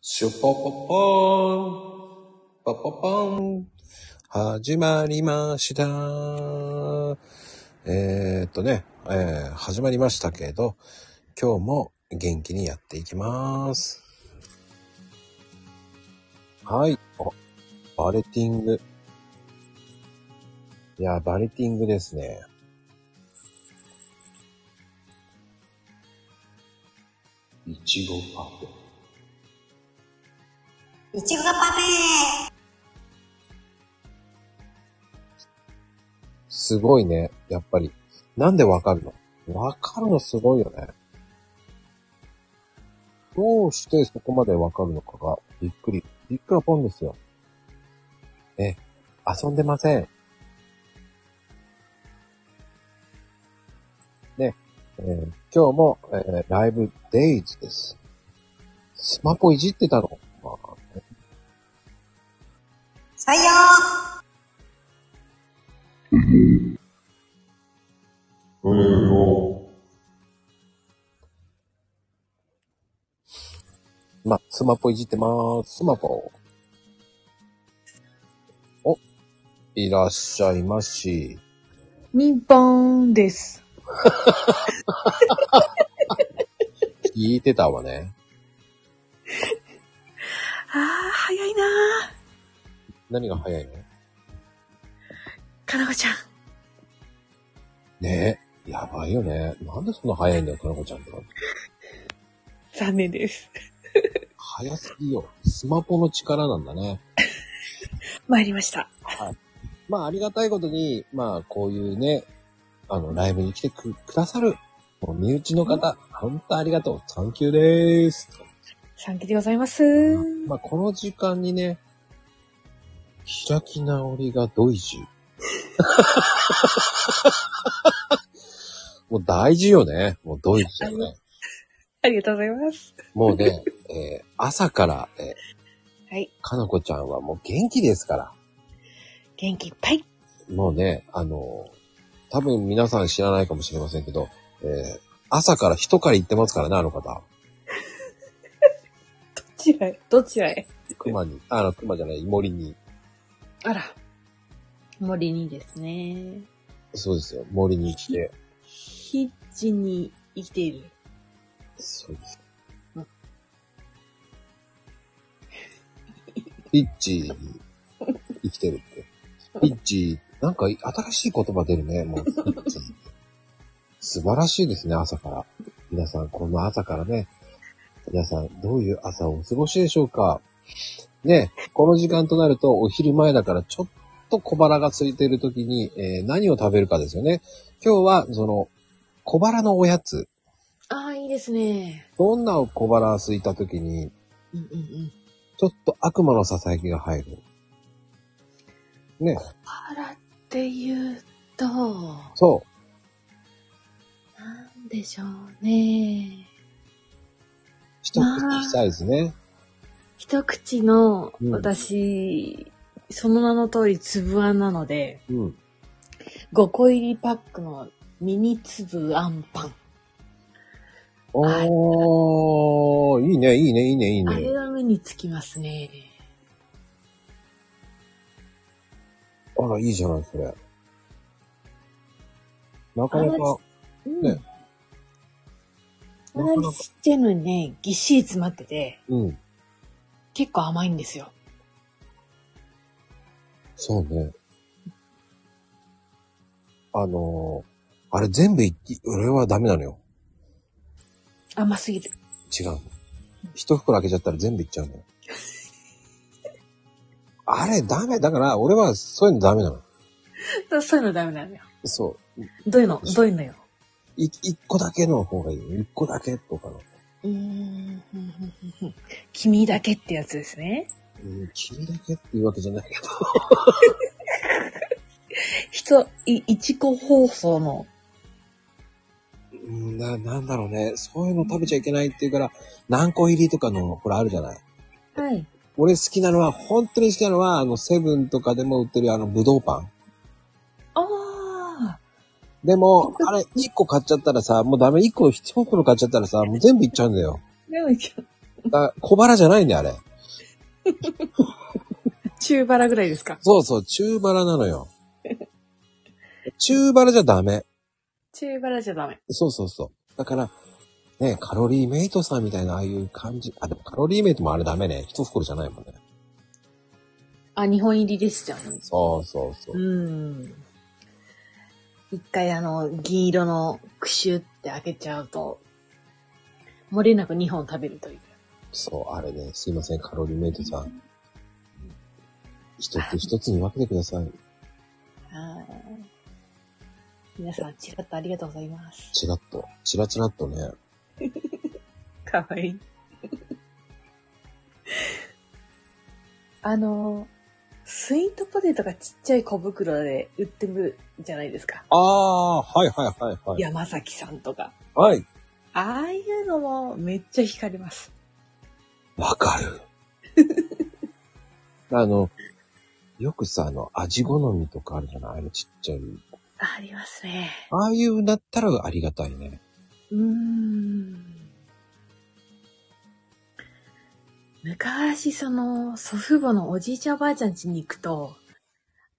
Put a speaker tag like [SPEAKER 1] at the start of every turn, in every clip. [SPEAKER 1] シュポポポーン、ポポポン、始まりました。えー、っとね、えー始まりましたけど、今日も元気にやっていきます。はい、お、バレティング。いや、バレティングですね。いちごパフェ。
[SPEAKER 2] いちごパフェ
[SPEAKER 1] すごいね、やっぱり。なんでわかるのわかるのすごいよね。どうしてそこまでわかるのかがびっくり。びっくらぽんですよ。え、遊んでません。ね、えー今日も、えーライブデイズです。スマホいじってたの、まあ
[SPEAKER 2] 採用
[SPEAKER 1] まあ、スマポいじってまーす。スマポ。お、いらっしゃいまし。
[SPEAKER 3] ミンポーンです。
[SPEAKER 1] 聞いてたわね。
[SPEAKER 3] あー、早いなー。
[SPEAKER 1] 何が早いの
[SPEAKER 3] かなこちゃん。
[SPEAKER 1] ねえ、やばいよね。なんでそんな早いんだよ、かなこちゃんとか。
[SPEAKER 3] 残念です。
[SPEAKER 1] 早すぎよ。スマポの力なんだね。
[SPEAKER 3] 参りました。
[SPEAKER 1] まあ、ありがたいことに、まあ、こういうね、あの、ライブに来てく、くださる、もう身内の方、本当ありがとう。サンキューでーす。
[SPEAKER 3] サンキでございます。
[SPEAKER 1] まあ、この時間にね、開き直りがドイジ。 もう大事よね。もうドイジよね。
[SPEAKER 3] ありがとうございます。
[SPEAKER 1] もうね、えー朝から、えー
[SPEAKER 3] はい。
[SPEAKER 1] かなこちゃんはもう元気ですから。
[SPEAKER 3] 元気いっぱい。
[SPEAKER 1] もうね、あのー多分皆さん知らないかもしれませんけど、えー朝から一狩り行ってますからね、あの方。
[SPEAKER 3] どちらへどちらへ
[SPEAKER 1] 熊に、あの、熊じゃない、森に。
[SPEAKER 3] あら。森にですね。
[SPEAKER 1] そうですよ、森に来て。
[SPEAKER 3] ヒッチに生きている。
[SPEAKER 1] そうです
[SPEAKER 3] うん。
[SPEAKER 1] ピッチに生きてるって。ピッチ、なんか新しい言葉出るね、もう。ピッチ素晴らしいですね、朝から。皆さん、この朝からね。皆さん、どういう朝をお過ごしでしょうかね、この時間となるとお昼前だからちょっと小腹が空いてる時に、えー何を食べるかですよね。今日は、その、小腹のおやつ。
[SPEAKER 3] あー、いいですね。
[SPEAKER 1] どんな小腹空いた時に、
[SPEAKER 3] うんうんうん。
[SPEAKER 1] ちょっと悪魔の囁きが入る。ね、
[SPEAKER 3] あらって言うと、な
[SPEAKER 1] そ
[SPEAKER 3] んでしょうね。
[SPEAKER 1] う、一口サイズね。
[SPEAKER 3] 一口の、
[SPEAKER 1] うん
[SPEAKER 3] 私、その名の通り粒あんなので、
[SPEAKER 1] うん。
[SPEAKER 3] 5個入りパックのミニ粒あんパン。
[SPEAKER 1] おー、いいね、いいね、いいね、いい
[SPEAKER 3] あれ
[SPEAKER 1] ね。
[SPEAKER 3] が目につきますね。
[SPEAKER 1] あら、いいじゃない、それ。なかなか、
[SPEAKER 3] うん。
[SPEAKER 1] ね
[SPEAKER 3] あんなにちっちゃいのにね、ぎっしり詰まってて、
[SPEAKER 1] うん。
[SPEAKER 3] 結構甘いんですよ。
[SPEAKER 1] そうね。あのー、あれ全部い、俺はダメなのよ。
[SPEAKER 3] 甘すぎる。
[SPEAKER 1] 違うの。一袋開けちゃったら全部いっちゃうの よ。あれダメ。だから、俺はそういうのダメなの。
[SPEAKER 3] そういうのダメなのよ。
[SPEAKER 1] そう。
[SPEAKER 3] どういうのどういうのよ。
[SPEAKER 1] い一個だけの方がいいよ。一個だけとかの。
[SPEAKER 3] うーん。ふんふんふんふん君だけってやつですね。
[SPEAKER 1] うん、君だけっていうわけじゃないけど。
[SPEAKER 3] 人、い、一個放送の。
[SPEAKER 1] うん、な、なんだろうね。そういうの食べちゃいけないっていうから、何個入りとかの、ほらあるじゃない。
[SPEAKER 3] はい。
[SPEAKER 1] 俺好きなのは、本当に好きなのは、あの、セブンとかでも売ってるあの、ぶどうパン。
[SPEAKER 3] あ
[SPEAKER 1] でも、あれ、一個買っちゃったらさ、もうダメ。一個一袋買っちゃったらさ、もう全部いっちゃうんだよ。
[SPEAKER 3] あ。でもいけ
[SPEAKER 1] あ、小腹じゃないね、あれ。
[SPEAKER 3] 中腹ぐらいですか
[SPEAKER 1] そうそう、中腹なのよ。中腹じゃダメ。
[SPEAKER 3] 中腹じゃダメ。
[SPEAKER 1] そうそうそう。だから、ね、カロリーメイトさんみたいな、ああいう感じ。あ、でもカロリーメイトもあれダメね。一袋じゃないもんね。
[SPEAKER 3] あ、日本入りですじゃん。う
[SPEAKER 1] そうそうそう。
[SPEAKER 3] ん。一回あの、銀色のクシュって開けちゃうと、漏れなく2本食べるという。
[SPEAKER 1] そう、あれね、すいません、カロリーメイトさん。一つ一つに分けてください。
[SPEAKER 3] はい。皆さん、チラッとありがとうございます。
[SPEAKER 1] チラッと、チラチラっとね。
[SPEAKER 3] かわいい。あの、スイートポテトがちっちゃい小袋で売ってるじゃないですか。
[SPEAKER 1] ああ、はいはいはいはい。
[SPEAKER 3] 山崎さんとか。
[SPEAKER 1] はい。
[SPEAKER 3] ああいうのもめっちゃ惹かれます。
[SPEAKER 1] わかる。 あの、よくさ、あの、味好みとかあるじゃないあのちっちゃい。
[SPEAKER 3] ありますね。
[SPEAKER 1] ああいうなったらありがたいね。
[SPEAKER 3] うーん。昔、その、祖父母のおじいちゃんおばあちゃん家に行くと、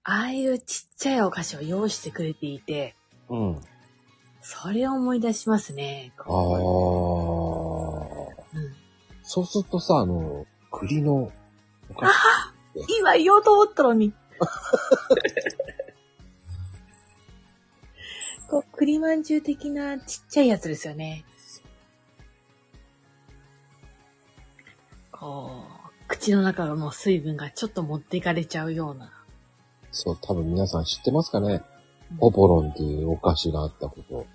[SPEAKER 3] ああいうちっちゃいお菓子を用意してくれていて、
[SPEAKER 1] うん。あ
[SPEAKER 3] それを思い出しますね。
[SPEAKER 1] あ。
[SPEAKER 3] うん
[SPEAKER 1] そうするとさ、あの、栗のお菓
[SPEAKER 3] 今言おうと思ったの に。こう、栗まんじゅう的なちっちゃいやつですよね。こう、口の中の水分がちょっと持っていかれちゃうような。
[SPEAKER 1] そう、多分皆さん知ってますかねポポロンっていうお菓子があったこと。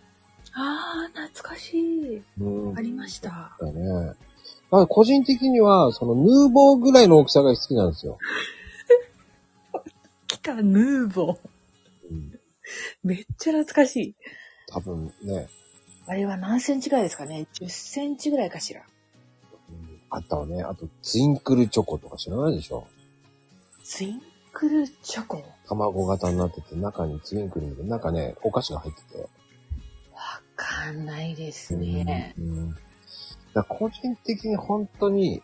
[SPEAKER 3] ああ、懐かしい。
[SPEAKER 1] うん
[SPEAKER 3] ありました。
[SPEAKER 1] だね。まあ、個人的には、その、ヌーボーぐらいの大きさが好きなんですよ。
[SPEAKER 3] 来た、ヌーボー。
[SPEAKER 1] うん、
[SPEAKER 3] めっちゃ懐かしい。
[SPEAKER 1] 多分ね、
[SPEAKER 3] あれは何センチぐらいですかね ?10 センチぐらいかしら。
[SPEAKER 1] うんあったわね。あと、ツインクルチョコとか知らないでしょ
[SPEAKER 3] ツインクルチョコ。わ
[SPEAKER 1] 卵型になってて、中にツインクルみたいな、中ね、お菓子が入ってて。
[SPEAKER 3] かんないですね。
[SPEAKER 1] うんうんだから個人的に本当に、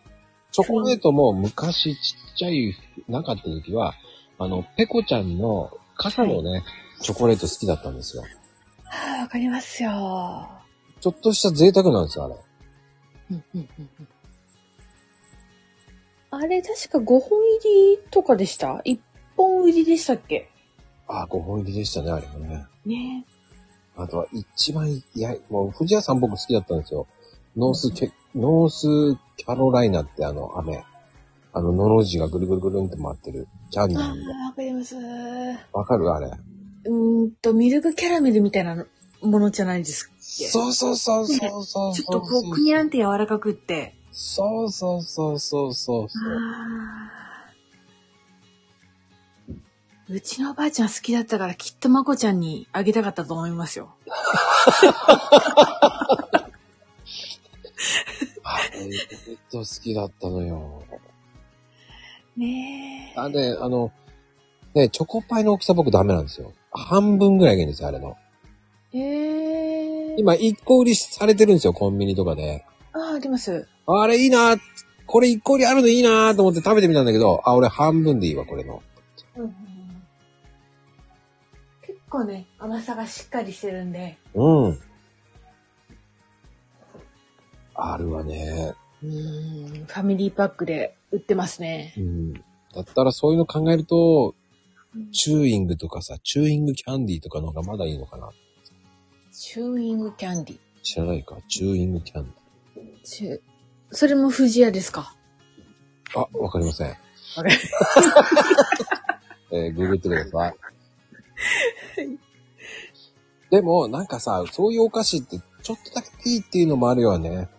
[SPEAKER 1] チョコレートも昔ちっちゃい、なかった時は、あの、ペコちゃんの傘のね、チョコレート好きだったんですよ。
[SPEAKER 3] ああ、わかりますよ。
[SPEAKER 1] ちょっとした贅沢なんですよ、あれ。
[SPEAKER 3] うんうんうんうんあれ、確か5本入りとかでした ?1 本入りでしたっけ
[SPEAKER 1] ああ、ご本入りでしたね、あれもね。
[SPEAKER 3] ね
[SPEAKER 1] あとは一番、いや、もう藤屋さん僕好きだったんですよ。ノースケ、ノースキャロライナってあの、雨。あの、のの字がぐるぐるぐるんって回ってる。キャンディ
[SPEAKER 3] あ
[SPEAKER 1] ーみたい
[SPEAKER 3] あ、わかります。う
[SPEAKER 1] な。わかるあれ。
[SPEAKER 3] ーんと、ミルクキャラメルみたいなものじゃないですっけ
[SPEAKER 1] そうそうそうそうそう。
[SPEAKER 3] ちょっとこう、くにゃんって柔らかくって。
[SPEAKER 1] そうそうそうそうそうそう。
[SPEAKER 3] あーうちのおばあちゃん好きだったからきっとまこちゃんにあげたかったと思いますよ。
[SPEAKER 1] あれ、ずっと好きだったのよ。
[SPEAKER 3] ね
[SPEAKER 1] あれ、あの、ね、チョコパイの大きさ僕ダメなんですよ。半分ぐらいがいいんですよ、あれの。
[SPEAKER 3] え。えー。
[SPEAKER 1] 今、一個売りされてるんですよ、コンビニとかで。
[SPEAKER 3] ああ、あります。
[SPEAKER 1] あれいいなこれ一個にあるのいいなと思って食べてみたんだけど、あ、俺半分でいいわ、これの。
[SPEAKER 3] うんうんうん結構ね、甘さがしっかりしてるんで。
[SPEAKER 1] うん。あるわね。
[SPEAKER 3] うん、ファミリーパックで売ってますね
[SPEAKER 1] う。ん。だったらそういうの考えると、チューイングとかさ、チューイングキャンディーとかの方がまだいいのかな。
[SPEAKER 3] チューイングキャンディ。
[SPEAKER 1] 知らないか、チューイングキャンデ
[SPEAKER 3] チューそれも藤屋ですか
[SPEAKER 1] ィー。あ、わかりません。
[SPEAKER 3] わかり
[SPEAKER 1] えーググってください。でも、なんかさ、そういうお菓子って、ちょっとだけいいっていうのもあるよね。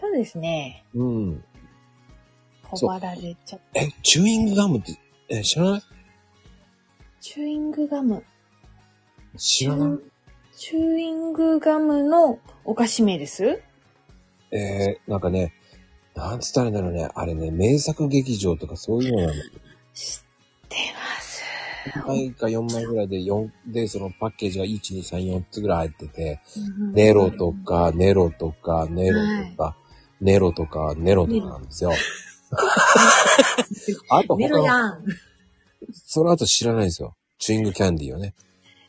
[SPEAKER 3] そうですね。
[SPEAKER 1] うん。
[SPEAKER 3] 小腹でちゃう
[SPEAKER 1] え、チューイングガムって、え、知らない
[SPEAKER 3] チューイングガム。
[SPEAKER 1] 知らな
[SPEAKER 3] チューイングガムのお菓子名です
[SPEAKER 1] いえー、なんかね、なんつったらいいんだろうね。あれね、名作劇場とかそういうのなの。
[SPEAKER 3] 知ってます。
[SPEAKER 1] 3枚か4枚ぐらいで、4、で、そのパッケージが1、2、3、4つぐらい入ってて、
[SPEAKER 3] うん
[SPEAKER 1] ネロとか、ネロとか、ネロとか、ネロとか、ネロとかなんですよ。あと
[SPEAKER 3] 寝
[SPEAKER 1] 他
[SPEAKER 3] る
[SPEAKER 1] の、
[SPEAKER 3] やん。
[SPEAKER 1] その後知らないんですよ。チューイングキャンディーをね。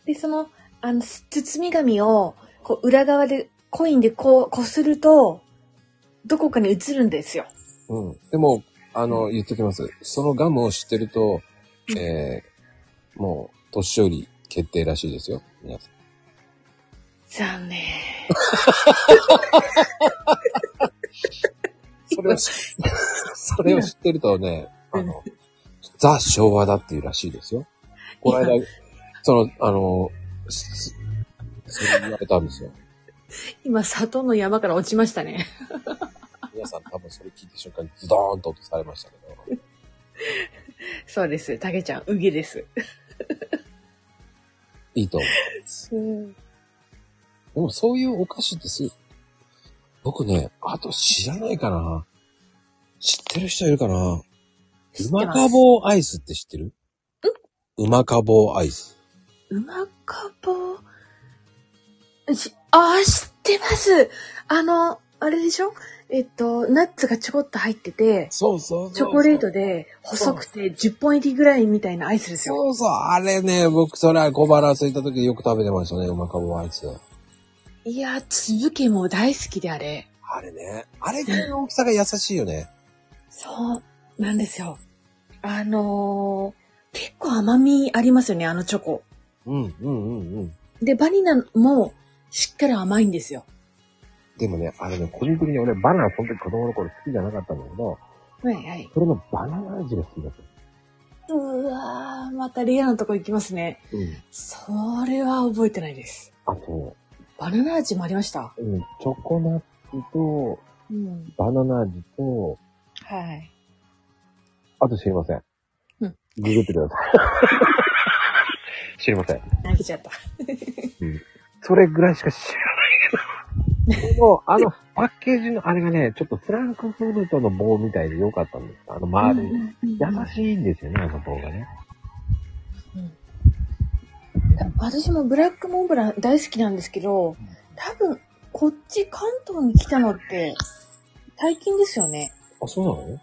[SPEAKER 3] で、その、あの、す包み紙を、こう、裏側で、コインでこう、こすると、どこかに映るんですよ。
[SPEAKER 1] うん。でも、あの、言っときます。そのガムを知ってると、えー、もう、年寄り決定らしいですよ。皆さん。
[SPEAKER 3] 残念。
[SPEAKER 1] それを知、 それを知ってるとね、あの、ザ昭和だっていうらしいですよ。この間、その、あの、すそれ言われたんですよ。
[SPEAKER 3] 今、砂糖の山から落ちましたね。
[SPEAKER 1] 皆さん多分それ聞いた瞬間にズドーンと落とされましたけど。
[SPEAKER 3] そうです。たけちゃん、うげです。
[SPEAKER 1] いいと思う。でもそういうお菓子ってす僕ね、あと知らないかな。知ってる人いるかな。
[SPEAKER 3] 知っ
[SPEAKER 1] う
[SPEAKER 3] てます
[SPEAKER 1] まかぼうアイスって知ってるうまかぼうアイス。
[SPEAKER 3] うまかぼう。し、あー、知ってます。あの、あれでしょえっと、ナッツがちょこっと入ってて、
[SPEAKER 1] そうそうそう
[SPEAKER 3] チョコレートで細くて10本入りぐらいみたいなアイスですよ。
[SPEAKER 1] そうそう、あれね、僕それは小腹空いた時よく食べてましたね、うまかぼうアイス。
[SPEAKER 3] いやー、つぶけも大好きであれ。
[SPEAKER 1] あれね、あれぐらいの大きさが優しいよね。
[SPEAKER 3] そう、なんですよ。あのー、結構甘みありますよね、あのチョコ。
[SPEAKER 1] うん、うん、うん、うん。
[SPEAKER 3] で、バニナもしっかり甘いんですよ。
[SPEAKER 1] でもね、あれね、個人的に俺バナナその時子供の頃好きじゃなかったんだけど、
[SPEAKER 3] はいはい。
[SPEAKER 1] それのバナナ味が好きだった。
[SPEAKER 3] うわー、またレアなとこ行きますね。
[SPEAKER 1] うん。
[SPEAKER 3] それは覚えてないです。
[SPEAKER 1] あと、
[SPEAKER 3] バナナ味もありました。
[SPEAKER 1] うん、チョコナッツと、
[SPEAKER 3] うん。
[SPEAKER 1] バナナ味と、
[SPEAKER 3] はい。
[SPEAKER 1] あと知りません。
[SPEAKER 3] うん。
[SPEAKER 1] ググってくださ い。知りません。
[SPEAKER 3] 投げちゃった。
[SPEAKER 1] それぐらいしか知らないけど。で も、あの、パッケージのあれがね、ちょっとフランクフルトの棒みたいで良かったんです。あの、丸い。
[SPEAKER 3] うん
[SPEAKER 1] 優しいんですよね、あの棒がね。
[SPEAKER 3] 私もブラックモンブラン大好きなんですけど、多分、こっち関東に来たのって、最近ですよね。
[SPEAKER 1] あ、そうなの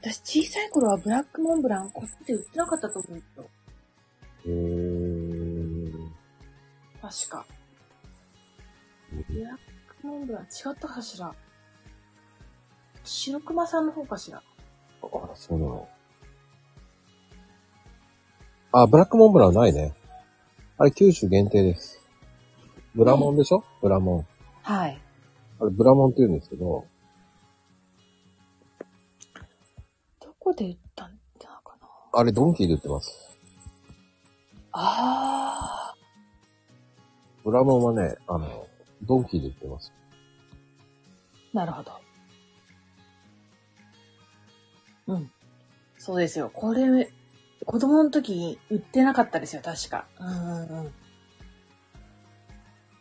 [SPEAKER 3] 私小さい頃はブラックモンブランこっちで売ってなかったと思うんですよ。
[SPEAKER 1] へー。
[SPEAKER 3] 確か。ブラックモンブラン違ったかしら白熊さんの方かしら
[SPEAKER 1] あら、そうなの。あ、ブラックモンブランはないね。あれ、九州限定です。ブラモンでしょ、ブラモン。
[SPEAKER 3] はい。
[SPEAKER 1] あれ、ブラモンって言うんですけど、
[SPEAKER 3] どこで売ったんだかな
[SPEAKER 1] あれ、ドンキーで売ってます。
[SPEAKER 3] ああ。
[SPEAKER 1] ブラモンはね、あの、ドンキーで売ってます。
[SPEAKER 3] なるほど。うん。そうですよ。これ、子供の時売ってなかったですよ、確か。うんうんうん。
[SPEAKER 1] 売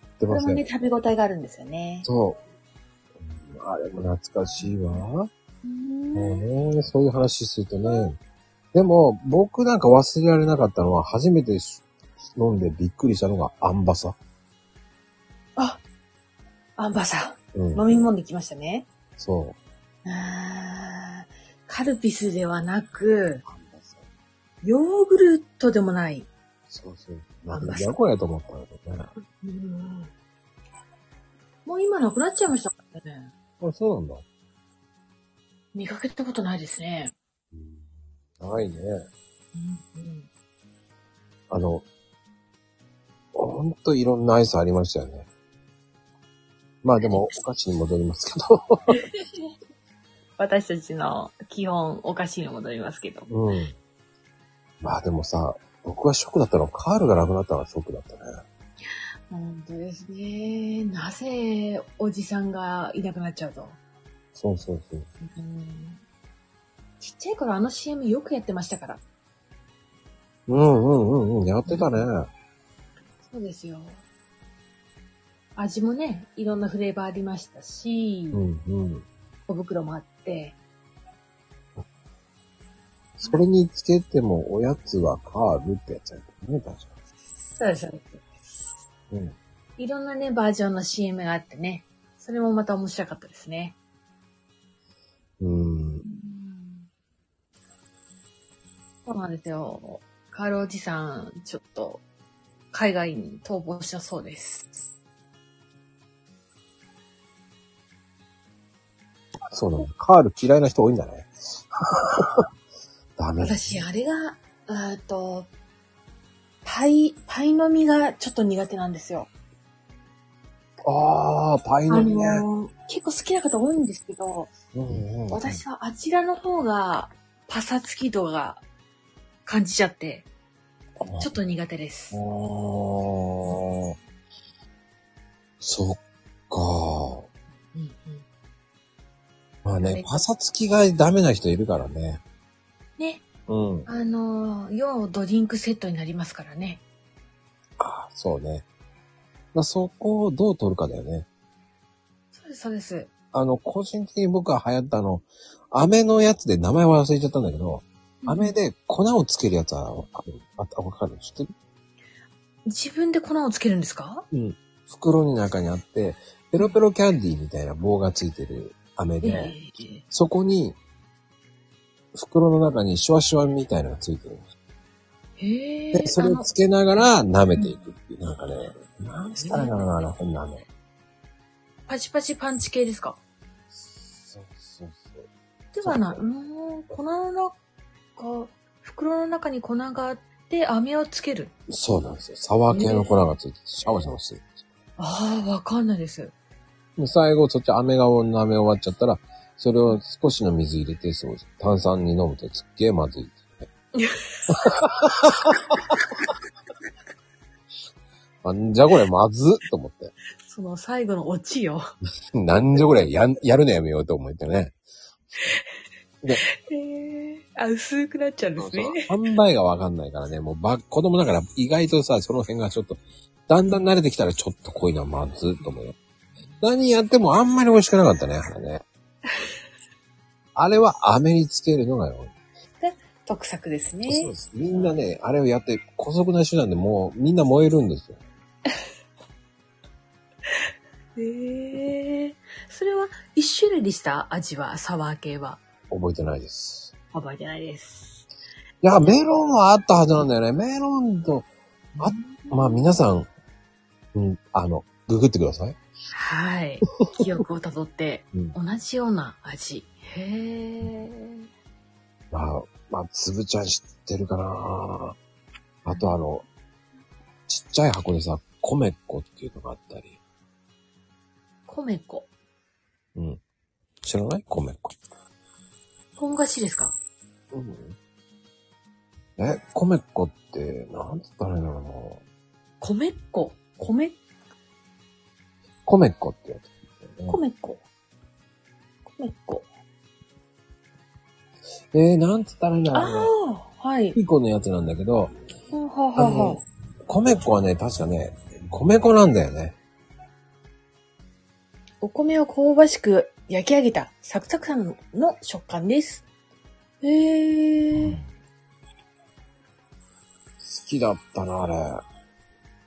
[SPEAKER 1] って
[SPEAKER 3] こ
[SPEAKER 1] ま
[SPEAKER 3] れ
[SPEAKER 1] せ
[SPEAKER 3] も
[SPEAKER 1] ん。
[SPEAKER 3] ね、食べ応えがあるんですよね。
[SPEAKER 1] そう。うんあれも懐かしいわ。
[SPEAKER 3] うん
[SPEAKER 1] もうね、そういう話するとね。でも、僕なんか忘れられなかったのは、初めてし飲んでびっくりしたのがアンバサ。
[SPEAKER 3] あ、アンバさ
[SPEAKER 1] うん
[SPEAKER 3] ん、。飲み物できましたね。
[SPEAKER 1] そう。
[SPEAKER 3] あーカルピスではなく、
[SPEAKER 1] アンバサ。
[SPEAKER 3] ヨーグルトでもない。
[SPEAKER 1] そうそう。なんだこれと思ったんだけどね。
[SPEAKER 3] うんもう今なくなっちゃいましたからね。
[SPEAKER 1] あ、そうなんだ。
[SPEAKER 3] 見かけたことないですね。
[SPEAKER 1] ないね。
[SPEAKER 3] うんうん
[SPEAKER 1] あの、ほんといろんなアイスありましたよね。まあでも、お菓子に戻りますけど。
[SPEAKER 3] 私たちの基本おかしいに戻りますけど。
[SPEAKER 1] うん。 まあでもさ、僕はショックだったのは、カールがなくなったのはショックだったね。
[SPEAKER 3] 本当ですね。なぜおじさんがいなくなっちゃうと。
[SPEAKER 1] そうそうそう。
[SPEAKER 3] うんちっちゃい頃あの CM よくやってましたから。
[SPEAKER 1] うんうんうんうん、やってたね。
[SPEAKER 3] そうですよ。味もね、いろんなフレーバーありましたし、
[SPEAKER 1] うんうん。
[SPEAKER 3] お袋もあって、
[SPEAKER 1] それにつけても、おやつはカールってやつやったね、確か
[SPEAKER 3] そうですそうです
[SPEAKER 1] に。うん。
[SPEAKER 3] いろんなね、バージョンの CM があってね、それもまた面白かったですね。
[SPEAKER 1] うん。
[SPEAKER 3] そうなんですよ。カールおじさん、ちょっと、海外に逃亡したそうです。
[SPEAKER 1] そうなんだ。カール嫌いな人多いんだね。ダメだ。
[SPEAKER 3] 私、あれが、えっと、パイ、パイの実がちょっと苦手なんですよ。
[SPEAKER 1] ああ、パイ
[SPEAKER 3] あ
[SPEAKER 1] の実ね。
[SPEAKER 3] の、結構好きな方多いんですけど、
[SPEAKER 1] うんうん
[SPEAKER 3] 私はあちらの方が、パサつき度が感じちゃって、ちょっと苦手です。
[SPEAKER 1] ああ。そっか。
[SPEAKER 3] うんうん
[SPEAKER 1] まあ
[SPEAKER 3] は
[SPEAKER 1] ね
[SPEAKER 3] い、
[SPEAKER 1] パサつきがダメな人いるからね。
[SPEAKER 3] ね、
[SPEAKER 1] うん。
[SPEAKER 3] あの、要ドリンクセットになりますからね。
[SPEAKER 1] あそうね。まあ、そこをどう取るかだよね。
[SPEAKER 3] そうです、そうです。
[SPEAKER 1] あの、個人的に僕は流行ったあの、飴のやつで名前忘れちゃったんだけど、飴で粉をつけるやつはわかる。あ、あわかる知ってる
[SPEAKER 3] 自分で粉をつけるんですか
[SPEAKER 1] うん。袋の中にあって、ペロペロキャンディーみたいな棒がついてる飴で、
[SPEAKER 3] え
[SPEAKER 1] そこに、袋の中にシュワシュワみたいなのがついてるんです
[SPEAKER 3] えへえ
[SPEAKER 1] で、それをつけながら舐めていくっていう、なんかね、なんつったらいいのかな、あの変な飴。
[SPEAKER 3] あのパチパチパンチ系ですか
[SPEAKER 1] そうそうそう。
[SPEAKER 3] ではない。うーん、粉の中、袋の中に粉があって、飴をつける。
[SPEAKER 1] そうなんですよ。サワー系の粉がついてて、シャワシャワしてる。
[SPEAKER 3] ああ、わかんないです。
[SPEAKER 1] で最後、そっち飴が舐め終わっちゃったら、それを少しの水入れて、そう、炭酸に飲むとすっげえまずい。 なんじゃこれまずっと思って。
[SPEAKER 3] その最後のオチよ。
[SPEAKER 1] なんじゃこれやん、やるのやめようと思ってね。
[SPEAKER 3] へえ。あ、薄くなっちゃうんですね。
[SPEAKER 1] 販売がわかんないからね、もうば、子供だから意外とさ、その辺がちょっと、だんだん慣れてきたらちょっと濃いな、まずっと思うよ。何やってもあんまり美味しくなかったね、あれね。あれは飴につけるのがよ。
[SPEAKER 3] 特作です
[SPEAKER 1] そう
[SPEAKER 3] ね
[SPEAKER 1] で。す。みんなね、あれをやって、古速な手段でもうみんな燃えるんですよ。
[SPEAKER 3] へえ。それは、一種類でした味は、サワー系は。
[SPEAKER 1] 覚えてないです。
[SPEAKER 3] 覚えてないです。
[SPEAKER 1] いや、メロンはあったはずなんだよね。メロンと、あまあ皆さん、うん、あの、ググってください。
[SPEAKER 3] はい。記憶をたどって、
[SPEAKER 1] うん
[SPEAKER 3] 同じような味。へえ。
[SPEAKER 1] まあ、まあ、つぶちゃん知ってるかなあとあの、ちっちゃい箱でさ、コメッコっていうのがあったり。
[SPEAKER 3] 米粉。
[SPEAKER 1] うん。知らないコメッコ。
[SPEAKER 3] ポン菓子ですか
[SPEAKER 1] うん。え、コメッコって、なんつったらいいのかな
[SPEAKER 3] 米粉。米、
[SPEAKER 1] コメッコってやつ、ね。
[SPEAKER 3] 米粉。米粉。
[SPEAKER 1] えー、なんつったらいいんだ
[SPEAKER 3] あ
[SPEAKER 1] ろうね。
[SPEAKER 3] あ、はい。
[SPEAKER 1] ピコのやつなんだけど、
[SPEAKER 3] うんは
[SPEAKER 1] あ
[SPEAKER 3] は
[SPEAKER 1] の
[SPEAKER 3] は。、
[SPEAKER 1] 米粉はね、確かね、米粉なんだよね。
[SPEAKER 3] お米を香ばしく焼き上げたサクサク感の食感です。
[SPEAKER 1] 好
[SPEAKER 3] へえ。
[SPEAKER 1] きだったな、あれ。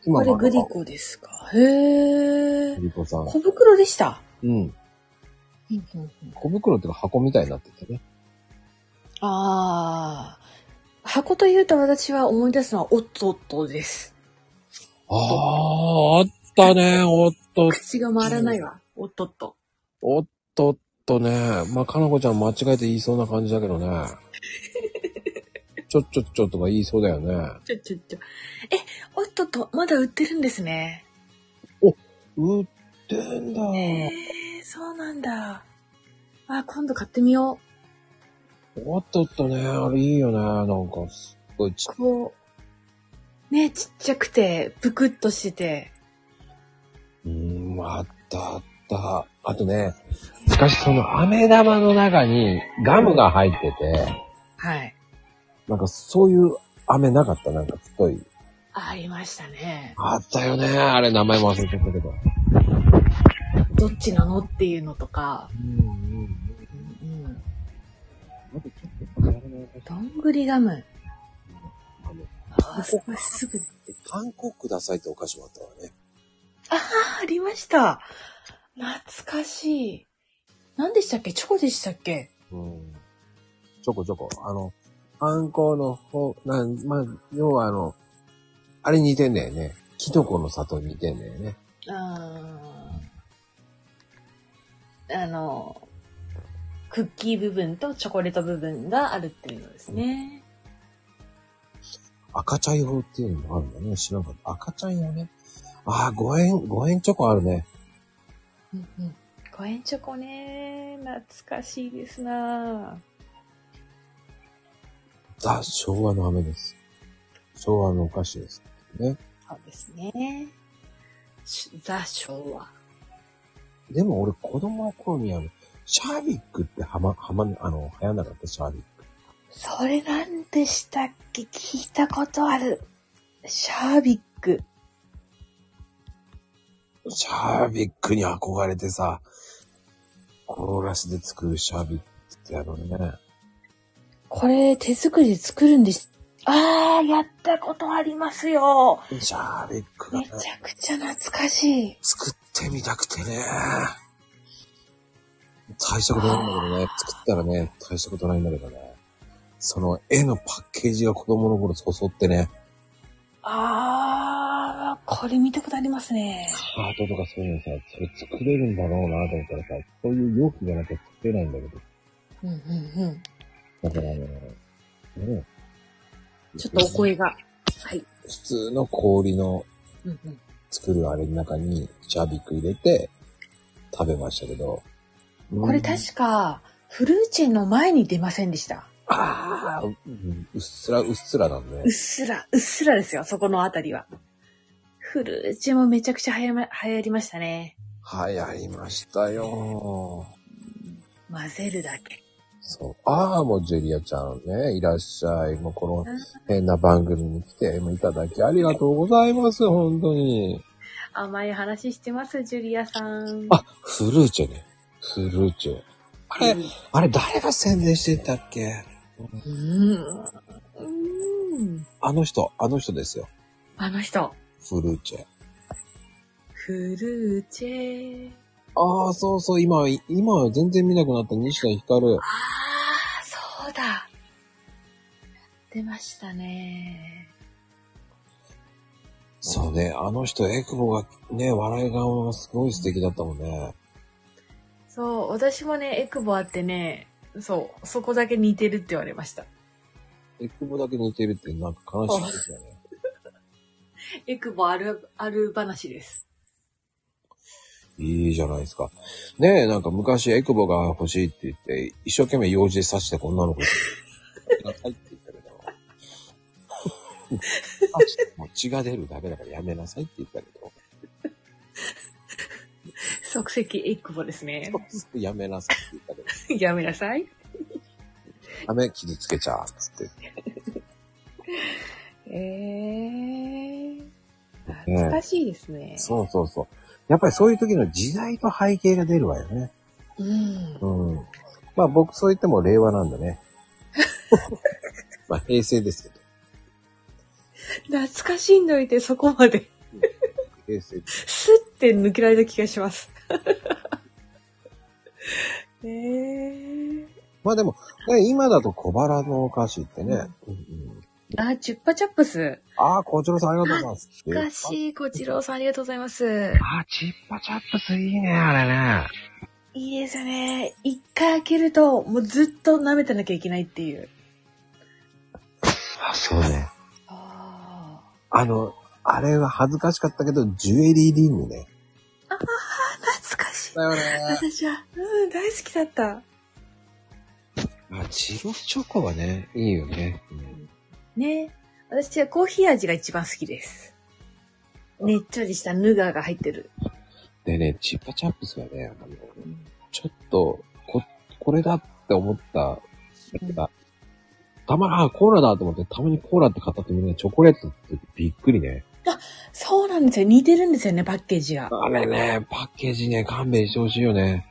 [SPEAKER 1] 今
[SPEAKER 3] これ
[SPEAKER 1] も
[SPEAKER 3] グリコですかへえ
[SPEAKER 1] グ。リコさん。
[SPEAKER 3] 小袋でした。
[SPEAKER 1] うん。
[SPEAKER 3] うんうんうん
[SPEAKER 1] 小袋っていうか箱みたいになっててね。
[SPEAKER 3] ああ。箱というと私は思い出すのはおっとっとです。
[SPEAKER 1] ああ、あったね、おっと、
[SPEAKER 3] 口が回らないわ。おっとっと。
[SPEAKER 1] おっとっとね。まあ、かなこちゃん間違えて言いそうな感じだけどね。 ちょっちょっちょっとか言いそうだよね。
[SPEAKER 3] ちょちょちょ。え、おっとっと、まだ売ってるんですね。
[SPEAKER 1] 売ってんだ。
[SPEAKER 3] えー、そうなんだ。あ、今度買ってみよ
[SPEAKER 1] おっとっとね、あれいいよね。なんか、すっごいち
[SPEAKER 3] う。こう。ねちっちゃくて、ぷくっとしてて。
[SPEAKER 1] うーん、あったあった。あとね、昔その飴玉の中にガムが入ってて、
[SPEAKER 3] はい。
[SPEAKER 1] なんかそういう飴なかった。なんか太い。
[SPEAKER 3] ありましたね。
[SPEAKER 1] あったよね。あれ名前も忘れちゃったけど。
[SPEAKER 3] どっちなのっていうのとか。
[SPEAKER 1] うんうんうん。
[SPEAKER 3] うん。
[SPEAKER 1] あとちょっとやらない
[SPEAKER 3] どんぐりガム。
[SPEAKER 1] あの、
[SPEAKER 3] あー、すごい、すぐ。
[SPEAKER 1] パン粉くださいってお菓子もあったわね。
[SPEAKER 3] あー、ありました。懐かしい。何でしたっけチョコでしたっけ
[SPEAKER 1] うん。ちょこちょこ。あの、あんこの方、なん、まあ、要はあの、あれ似てんだよね。キノコの里似てんだよね。
[SPEAKER 3] あーあの、クッキー部分とチョコレート部分があるっていうのですね。
[SPEAKER 1] 赤茶用っていうのもあるんだね。知らんかった。赤茶用ね。ああ、5円、5円チョコあるね。
[SPEAKER 3] うんうん。五円チョコね、懐かしいですな
[SPEAKER 1] ザ・昭和の飴です。昭和のお菓子です。ね。
[SPEAKER 3] そうですね。しザ昭和。
[SPEAKER 1] でも俺子供の頃にあの、シャービックってはま、はま、あの、流行んなかった、シャービック。
[SPEAKER 3] それなんでしたっけ聞いたことある。シャービック。
[SPEAKER 1] シャービックに憧れてさ、転がしで作るシャービックってやろうね。
[SPEAKER 3] これ手作りで作るんです。ああ、やったことありますよ。
[SPEAKER 1] シャービックが
[SPEAKER 3] め
[SPEAKER 1] ね
[SPEAKER 3] ち、ゃくちゃ懐かしい。
[SPEAKER 1] 作ってみたくてね。大したことないんだけどね、作ったらね、大したことないんだけどね。その絵のパッケージが子供の頃そそってね、
[SPEAKER 3] ああ、これ見たことありますね。
[SPEAKER 1] ハートとかそういうのさ、それ作れるんだろうなと思ったらさ、そういう容器がなきゃ作れないんだけど。
[SPEAKER 3] うんうんうん。
[SPEAKER 1] だからね、ね
[SPEAKER 3] ちょっとお声が。はい。
[SPEAKER 1] 普通の氷の
[SPEAKER 3] うんうん、
[SPEAKER 1] 作るあれの中にシャービック入れて食べましたけど。
[SPEAKER 3] これ確か、フルーチェの前に出ませんでした。
[SPEAKER 1] ああ、うんうっすらうっすらなんで
[SPEAKER 3] うっ。すら、うっすらですよ、そこのあたりは。フルーチェもめちゃくちゃ流行ま流行りましたね。
[SPEAKER 1] 流行りましたよ。
[SPEAKER 3] 混ぜるだけ。
[SPEAKER 1] そう。ああ、もうジュリアちゃんね、いらっしゃい。もうこの変な番組に来てもういただきありがとうございます、本当に。
[SPEAKER 3] 甘い話してます、ジュリアさん。
[SPEAKER 1] あ、フルーチェね。フルーチェ。あれ、あれ誰が宣伝してたっけ
[SPEAKER 3] うん。うん。
[SPEAKER 1] あの人、あの人ですよ。
[SPEAKER 3] あの人。
[SPEAKER 1] フルーチェ。
[SPEAKER 3] フルーチェ。
[SPEAKER 1] ああ、そうそう、今、い今は全然見なくなった西田ひかる。
[SPEAKER 3] ああ、そうだ。やってましたね。
[SPEAKER 1] そうね、あの人、エクボがね、笑い顔がすごい素敵だったもんね。
[SPEAKER 3] そう、私もね、エクボあってね、そう、そこだけ似てるって言われました。
[SPEAKER 1] エクボだけ似てるってなんか悲しいですよね。
[SPEAKER 3] エクボある、ある話です。
[SPEAKER 1] いいじゃないですか。ねえ、なんか昔エクボが欲しいって言って、一生懸命用事で刺してこんなの子に。なさいって言ったけど。 刺しても血が出るだけだからやめなさいって言ったけど。
[SPEAKER 3] 即席エクボですね。
[SPEAKER 1] やめなさいって言ったけど。
[SPEAKER 3] やめなさい。
[SPEAKER 1] ダメ、傷つけちゃう。つって。
[SPEAKER 3] ええ懐かしいですね。
[SPEAKER 1] そうそうそう。やっぱりそういう時の時代と背景が出るわよね。
[SPEAKER 3] うん。
[SPEAKER 1] うん。まあ僕そう言っても令和なんで ね。まあ平成ですけど。
[SPEAKER 3] 懐かしんどいてそこまで、
[SPEAKER 1] 平成。
[SPEAKER 3] スッて抜けられた気がします。 ええ
[SPEAKER 1] まあでも、ね、今だと小腹のお菓子ってね。うんうん、
[SPEAKER 3] あ、チュッパチャップス。
[SPEAKER 1] ああ、こちらさんありがとうございます。
[SPEAKER 3] 懐かしい、こちらさんありがとうございます。
[SPEAKER 1] ああ、チッパチャップスいいね、あれね。
[SPEAKER 3] いいですね。一回開けると、もうずっと舐めてなきゃいけないっていう。
[SPEAKER 1] あそうね。
[SPEAKER 3] あ
[SPEAKER 1] あの、あれは恥ずかしかったけど、ジュエリーリングね。
[SPEAKER 3] あ、懐かしい。
[SPEAKER 1] だよね。
[SPEAKER 3] 私は、うん、大好きだった。
[SPEAKER 1] あ、チロチョコはね、いいよね。うん
[SPEAKER 3] ね。私はコーヒー味が一番好きです。ねっちょりしたヌガーが入ってる。
[SPEAKER 1] でね、チッパチャップスはね、あのちょっと、こ、これだって思ったやつが、たまに、あ、コーラだと思って、たまにコーラって買った時にね、チョコレートってびっくりね。
[SPEAKER 3] そうなんですよ。似てるんですよね、パッケージが。
[SPEAKER 1] あれね、パッケージね、勘弁してほしいよね。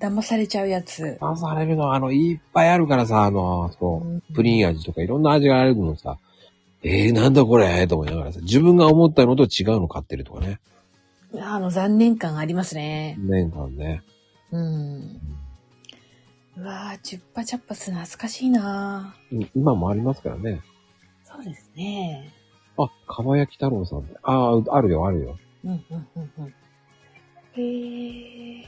[SPEAKER 3] 騙されちゃうやつ。
[SPEAKER 1] あされるの、あの、いっぱいあるからさ、あの、そう、プリン味とかいろんな味があるのさ、えー、なんだこれと思いながらさ、自分が思ったのと違うの買ってるとかね。
[SPEAKER 3] いやあの、残念感ありますね。
[SPEAKER 1] 年間ね。
[SPEAKER 3] うん。うわぁ、チュッパチャッパス懐かしいな
[SPEAKER 1] うん今もありますからね。
[SPEAKER 3] ぁ。そうですね。
[SPEAKER 1] あ、かばやき太郎さんね。ああ、あるよ、あるよ。
[SPEAKER 3] うん、うん、うん、うん。へえ。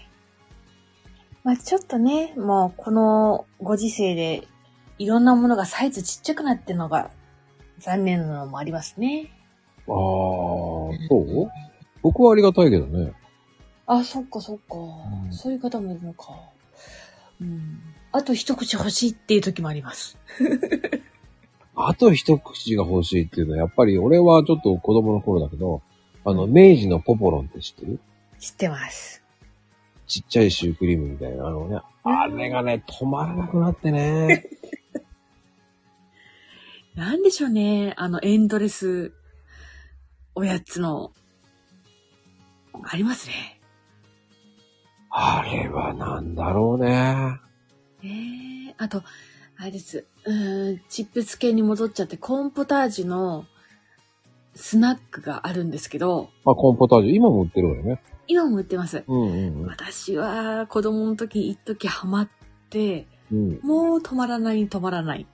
[SPEAKER 3] まあちょっとね、もうこのご時世で、いろんなものがサイズちっちゃくなってるのが残念なのもありますね。
[SPEAKER 1] ああ、そう僕はありがたいけどね。
[SPEAKER 3] あ、そっかそっか。
[SPEAKER 1] ん
[SPEAKER 3] そういう方もいるのか。うん。あと一口欲しいっていう時もあります。
[SPEAKER 1] あと一口が欲しいっていうのは、やっぱり俺はちょっと子供の頃だけど、あの、明治のポポロンって知ってる
[SPEAKER 3] 知ってます。
[SPEAKER 1] ちっちゃいシュークリームみたいな、あのね、あれがね、止まらなくなってね。
[SPEAKER 3] なんでしょうね。あの、エンドレス、おやつの、ありますね。
[SPEAKER 1] あれはなんだろうね。
[SPEAKER 3] ええあと、あれです。うーん、チップス系に戻っちゃって、コーンポタージュのスナックがあるんですけど、
[SPEAKER 1] まあ、コーンポタージュ、今も売ってるわよね。
[SPEAKER 3] 今も売ってます。
[SPEAKER 1] うんうん
[SPEAKER 3] 私は子供の時、一時ハマって、
[SPEAKER 1] うん。うん、
[SPEAKER 3] もう止まらない止まらない。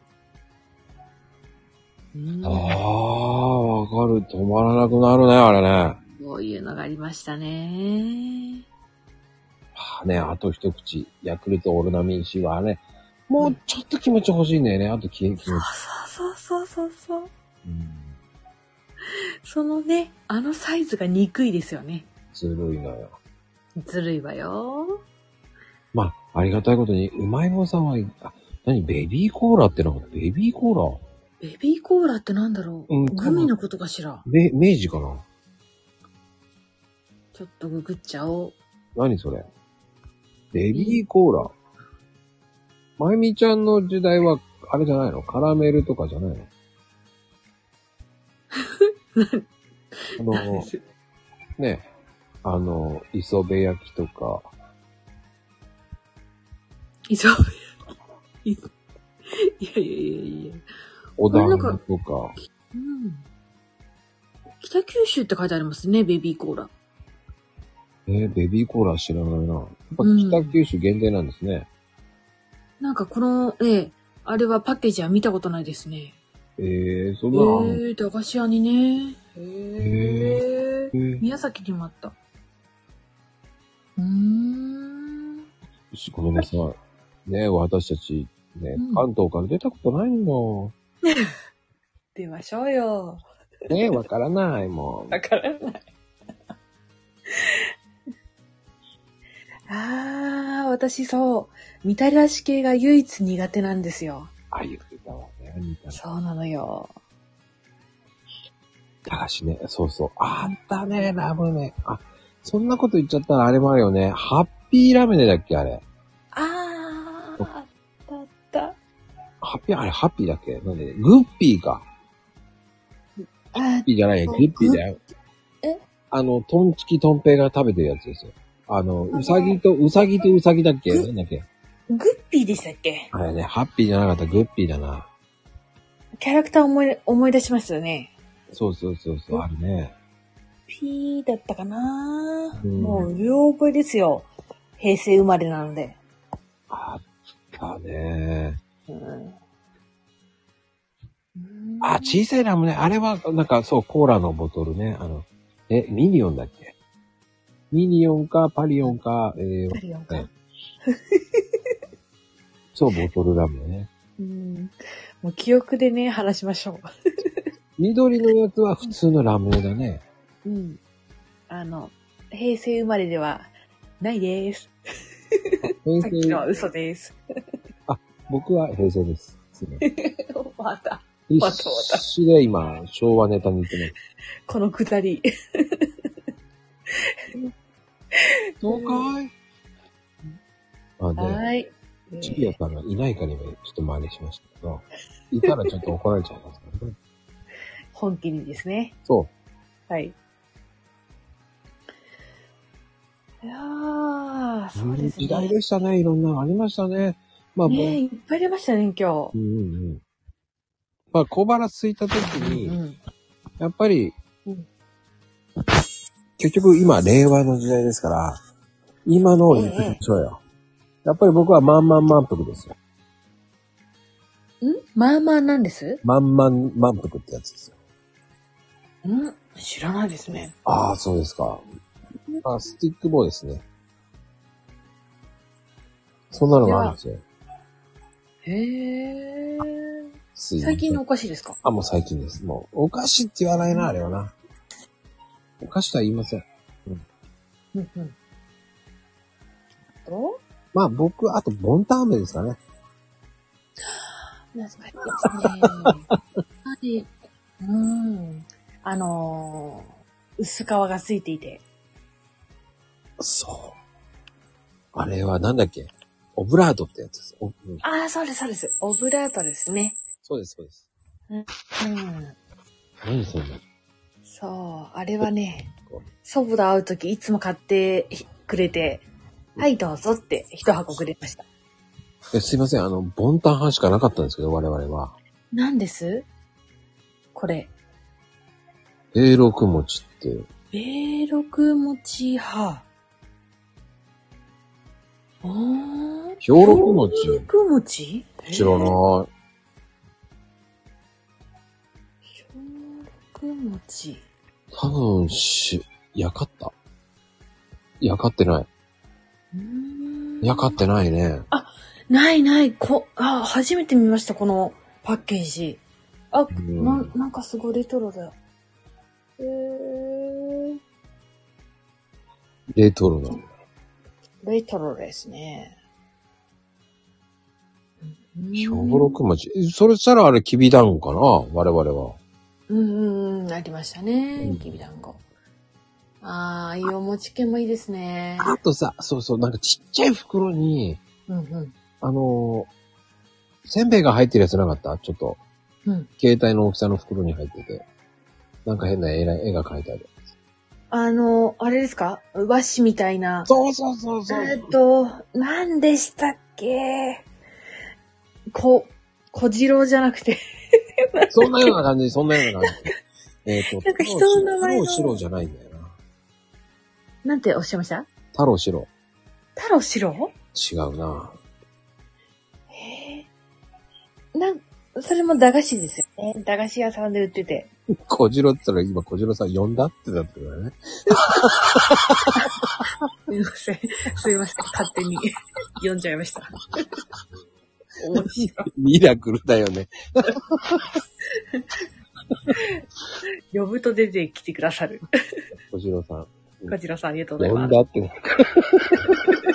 [SPEAKER 3] うん
[SPEAKER 1] ああ、わかる。止まらなくなるね、あれね。
[SPEAKER 3] そういうのがありましたね。
[SPEAKER 1] まあね、あと一口、ヤクルトオルナミン C はね、もうちょっと気持ち欲しいんだよね。あと気持ち。
[SPEAKER 3] そうそうそうそうそう。
[SPEAKER 1] うん。
[SPEAKER 3] そのね、あのサイズが憎いですよね。
[SPEAKER 1] ずるいのよ。
[SPEAKER 3] ずるいわよ。
[SPEAKER 1] まあ、ありがたいことに、うまい棒さんは、あ、何ベビーコーラってなかったベビーコ
[SPEAKER 3] ベビーコーラってなんだろう、
[SPEAKER 1] うん
[SPEAKER 3] グミのことかしら
[SPEAKER 1] ーラめ、明治かな
[SPEAKER 3] ちょっとググっちゃおう。
[SPEAKER 1] 何それベビーコーラ。まゆみちゃんの時代は、あれじゃないのカラメルとかじゃないの あ の、ね、あの、磯辺焼きとか、
[SPEAKER 3] いそう。いいやいやいやいや。
[SPEAKER 1] お団
[SPEAKER 3] な
[SPEAKER 1] 子
[SPEAKER 3] んか
[SPEAKER 1] とか、
[SPEAKER 3] うん。北九州って書いてありますね、ベビーコーラ。
[SPEAKER 1] えーベビーコーラ知らないな。やっぱ
[SPEAKER 3] うん
[SPEAKER 1] 北九州限定なんですね。
[SPEAKER 3] なんかこの、ええ、あれはパッケージは見たことないですね。
[SPEAKER 1] えー、そ
[SPEAKER 3] え
[SPEAKER 1] んなのあんの、
[SPEAKER 3] え駄菓子屋にね。へえ。
[SPEAKER 1] えー
[SPEAKER 3] 宮崎にもあった。うーん。
[SPEAKER 1] しごめんなさい。ね私たち、ね、
[SPEAKER 3] うん
[SPEAKER 1] 関東から出たことないの。
[SPEAKER 3] 出ましょうよ。
[SPEAKER 1] ねわからないもん。
[SPEAKER 3] わからない。ああ、私そう、みたらし系が唯一苦手なんですよ。
[SPEAKER 1] あ、言ってたわね。みたいな。
[SPEAKER 3] そうなのよ。
[SPEAKER 1] だらしね、そうそう。あったね、ラムネ。あ、そんなこと言っちゃったらあれもあるよね。ハッピーラムネだっけ、あれ。
[SPEAKER 3] ああ、あったあった。
[SPEAKER 1] ハッピー、あれ、ハッピーだっけなんで、グッピーか。
[SPEAKER 3] あ
[SPEAKER 1] いいじゃないや、グ
[SPEAKER 3] そう
[SPEAKER 1] ッピーだよ。
[SPEAKER 3] え
[SPEAKER 1] あの、トンチキトンペイが食べてるやつですよ。あの、うさぎと、うさぎとうさぎだっけ
[SPEAKER 3] グッ
[SPEAKER 1] なんだっけ
[SPEAKER 3] グッピーでしたっけ
[SPEAKER 1] あれね、ハッピーじゃなかった、グッピーだな。
[SPEAKER 3] キャラクター思い、思い出しますよね。
[SPEAKER 1] そうそうそうそう、あるね。
[SPEAKER 3] ピーだったかな、
[SPEAKER 1] うん
[SPEAKER 3] もう、うろ覚えですよ。平成生まれなので。
[SPEAKER 1] あったね。
[SPEAKER 3] うん。
[SPEAKER 1] あ、小さいラムネ。あれは、なんかそう、コーラのボトルね。あの、え、ミニオンだっけミニオンか、パリオンか、えー
[SPEAKER 3] パリオンか
[SPEAKER 1] ねそう、ボトルラムネね。
[SPEAKER 3] うん。もう記憶でね、話しましょ
[SPEAKER 1] 緑のやつは普通のラムネだね。
[SPEAKER 3] う。うん。あの、平成生まれでは、ないです。
[SPEAKER 1] 平
[SPEAKER 3] さっきのは
[SPEAKER 1] 成、
[SPEAKER 3] 嘘です。
[SPEAKER 1] 僕は平成です。すいません
[SPEAKER 3] また、わざわざ
[SPEAKER 1] 必死で今、昭和ネタに行ってます。
[SPEAKER 3] このくだり。
[SPEAKER 1] そうかいあ、ね、
[SPEAKER 3] はい。
[SPEAKER 1] チビアさんがいないかにもちょっと真似しましたけど、いたらちょっと怒られちゃいますからね。
[SPEAKER 3] 本気にですね。
[SPEAKER 1] そう。
[SPEAKER 3] はい。いやー、そうです
[SPEAKER 1] 時代
[SPEAKER 3] ね。
[SPEAKER 1] でしたね。いろんなのありましたね。まあ、
[SPEAKER 3] ねえ、いっぱい出ましたね、今
[SPEAKER 1] うんうんうん。まあ、小腹空いた時
[SPEAKER 3] 日。
[SPEAKER 1] に、
[SPEAKER 3] ん。
[SPEAKER 1] やっぱり、
[SPEAKER 3] うん
[SPEAKER 1] 結局今、令和の時代ですから、今のを言ってみましょうよ。やっぱり僕は満々満腹ですよ。
[SPEAKER 3] んまあまあなんです
[SPEAKER 1] 満々満腹ってやつですよ。
[SPEAKER 3] ん知らないですね。
[SPEAKER 1] ああ、そうですか。あスティック棒ですね。そんなのがあるんですよ。
[SPEAKER 3] へえ。
[SPEAKER 1] 水
[SPEAKER 3] 最近のお菓子ですか
[SPEAKER 1] あ、もう最近です。もう、お菓子って言わないな、あれはな。お菓子とは言いません。
[SPEAKER 3] うんうん。と
[SPEAKER 1] まあ僕、あと、ボンターメですかね。
[SPEAKER 3] 懐かしいですね。はい。 うん。あのー、薄皮がついていて。
[SPEAKER 1] そう。あれはなんだっけオブラートってやつです。おうん
[SPEAKER 3] ああ、そうです、そうです。オブラートですね。
[SPEAKER 1] そうです、そうです。
[SPEAKER 3] うん。
[SPEAKER 1] 何そんな。
[SPEAKER 3] そう、あれはね、祖母と会うときいつも買ってくれて、はい、どうぞって一箱くれました。
[SPEAKER 1] えすいません、あの、ボンタン派しかなかったんですけど、我々は。
[SPEAKER 3] 何ですこれ。
[SPEAKER 1] 米六餅って、
[SPEAKER 3] 米六餅派。おー。
[SPEAKER 1] 兵六餅
[SPEAKER 3] 兵六餅
[SPEAKER 1] 知らない。
[SPEAKER 3] 兵六餅。
[SPEAKER 1] 多分、し、やかった。やかってない。
[SPEAKER 3] うーん
[SPEAKER 1] やかってないね。
[SPEAKER 3] ないない、こ、あ、初めて見ました、このパッケージ。あ、
[SPEAKER 1] うん
[SPEAKER 3] な、なんかすごいレトロだよ。えー、
[SPEAKER 1] レトロな。
[SPEAKER 3] レトロですね。
[SPEAKER 1] 兵六餅。えそれしたらあれ、きびだんごかな我々は。
[SPEAKER 3] うんうんうん、ありました
[SPEAKER 1] う
[SPEAKER 3] ね
[SPEAKER 1] ん。
[SPEAKER 3] きびだんご。ああ、いいお餅系もいいですね。
[SPEAKER 1] あとさ、そうそう、なんかちっちゃい袋に、
[SPEAKER 3] うんうん。
[SPEAKER 1] あのーせんべいが入ってるやつなかったちょっと、
[SPEAKER 3] うん。
[SPEAKER 1] 携帯の大きさの袋に入ってて。なんか変な絵ら絵が描いてある。
[SPEAKER 3] あの、あれですか和紙みたいな。
[SPEAKER 1] そうそうそう
[SPEAKER 3] え
[SPEAKER 1] そう。
[SPEAKER 3] ーっと、何でしたっけこ、小次郎じゃなくて。
[SPEAKER 1] そんなような感じ、そんなような感じ。 えっと、
[SPEAKER 3] なんか人の名前の
[SPEAKER 1] 太郎四郎じゃないんだよな。
[SPEAKER 3] なんておっしゃいました
[SPEAKER 1] 太郎四郎。
[SPEAKER 3] 太郎四郎
[SPEAKER 1] 違うな。
[SPEAKER 3] へえ。なん、それも駄菓子ですよね。駄菓子屋さんで売ってて。
[SPEAKER 1] 小次郎って言ったら今小次郎さん呼んだってなってる からね。
[SPEAKER 3] すいません。すいません。勝手に 読んじゃいました。面白い。
[SPEAKER 1] ミラクルだよね。
[SPEAKER 3] 呼ぶと出てきてくださる。
[SPEAKER 1] 小次郎さん。
[SPEAKER 3] こちらさんありがとうござい
[SPEAKER 1] 呼
[SPEAKER 3] ま
[SPEAKER 1] ん
[SPEAKER 3] す。
[SPEAKER 1] だって なってる。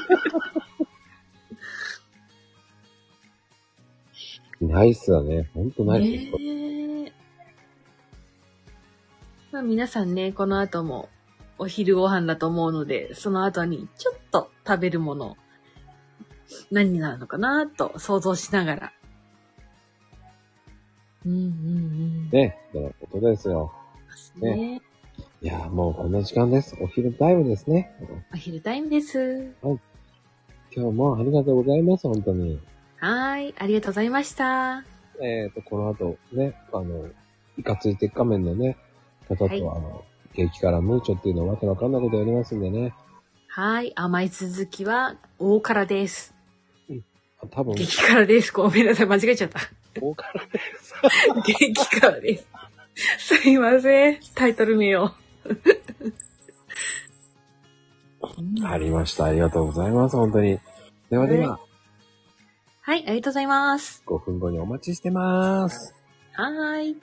[SPEAKER 1] ナイスだね。ほんとナイス。
[SPEAKER 3] ねえまあ皆さんね、この後もお昼ご飯だと思うので、その後にちょっと食べるもの、何になるのかなと想像しながら。うんうんうん。
[SPEAKER 1] ね。ということですよ。
[SPEAKER 3] ね
[SPEAKER 1] いやー、もうこんな時間です。お昼タイムですね。
[SPEAKER 3] お昼タイムです。
[SPEAKER 1] 今日もありがとうございます、本当に。
[SPEAKER 3] はーい、ありがとうございました。
[SPEAKER 1] えー、と、この後ね、あの、いかついて仮面のね、方と、
[SPEAKER 3] はい
[SPEAKER 1] あの、激辛ムーチョっていうのはわけわかんないことやりますんでね。
[SPEAKER 3] はーい、甘い続きは大辛です。
[SPEAKER 1] 多分、
[SPEAKER 3] 激辛です。ごめんなさい、間違えちゃった。
[SPEAKER 1] 大辛です。
[SPEAKER 3] 激辛 です。すいません。タイトル名を。
[SPEAKER 1] ありました。ありがとうございます、本当に。ではでは、
[SPEAKER 3] はい、ありがとうございます。
[SPEAKER 1] 5分後にお待ちしてます。
[SPEAKER 3] はーい。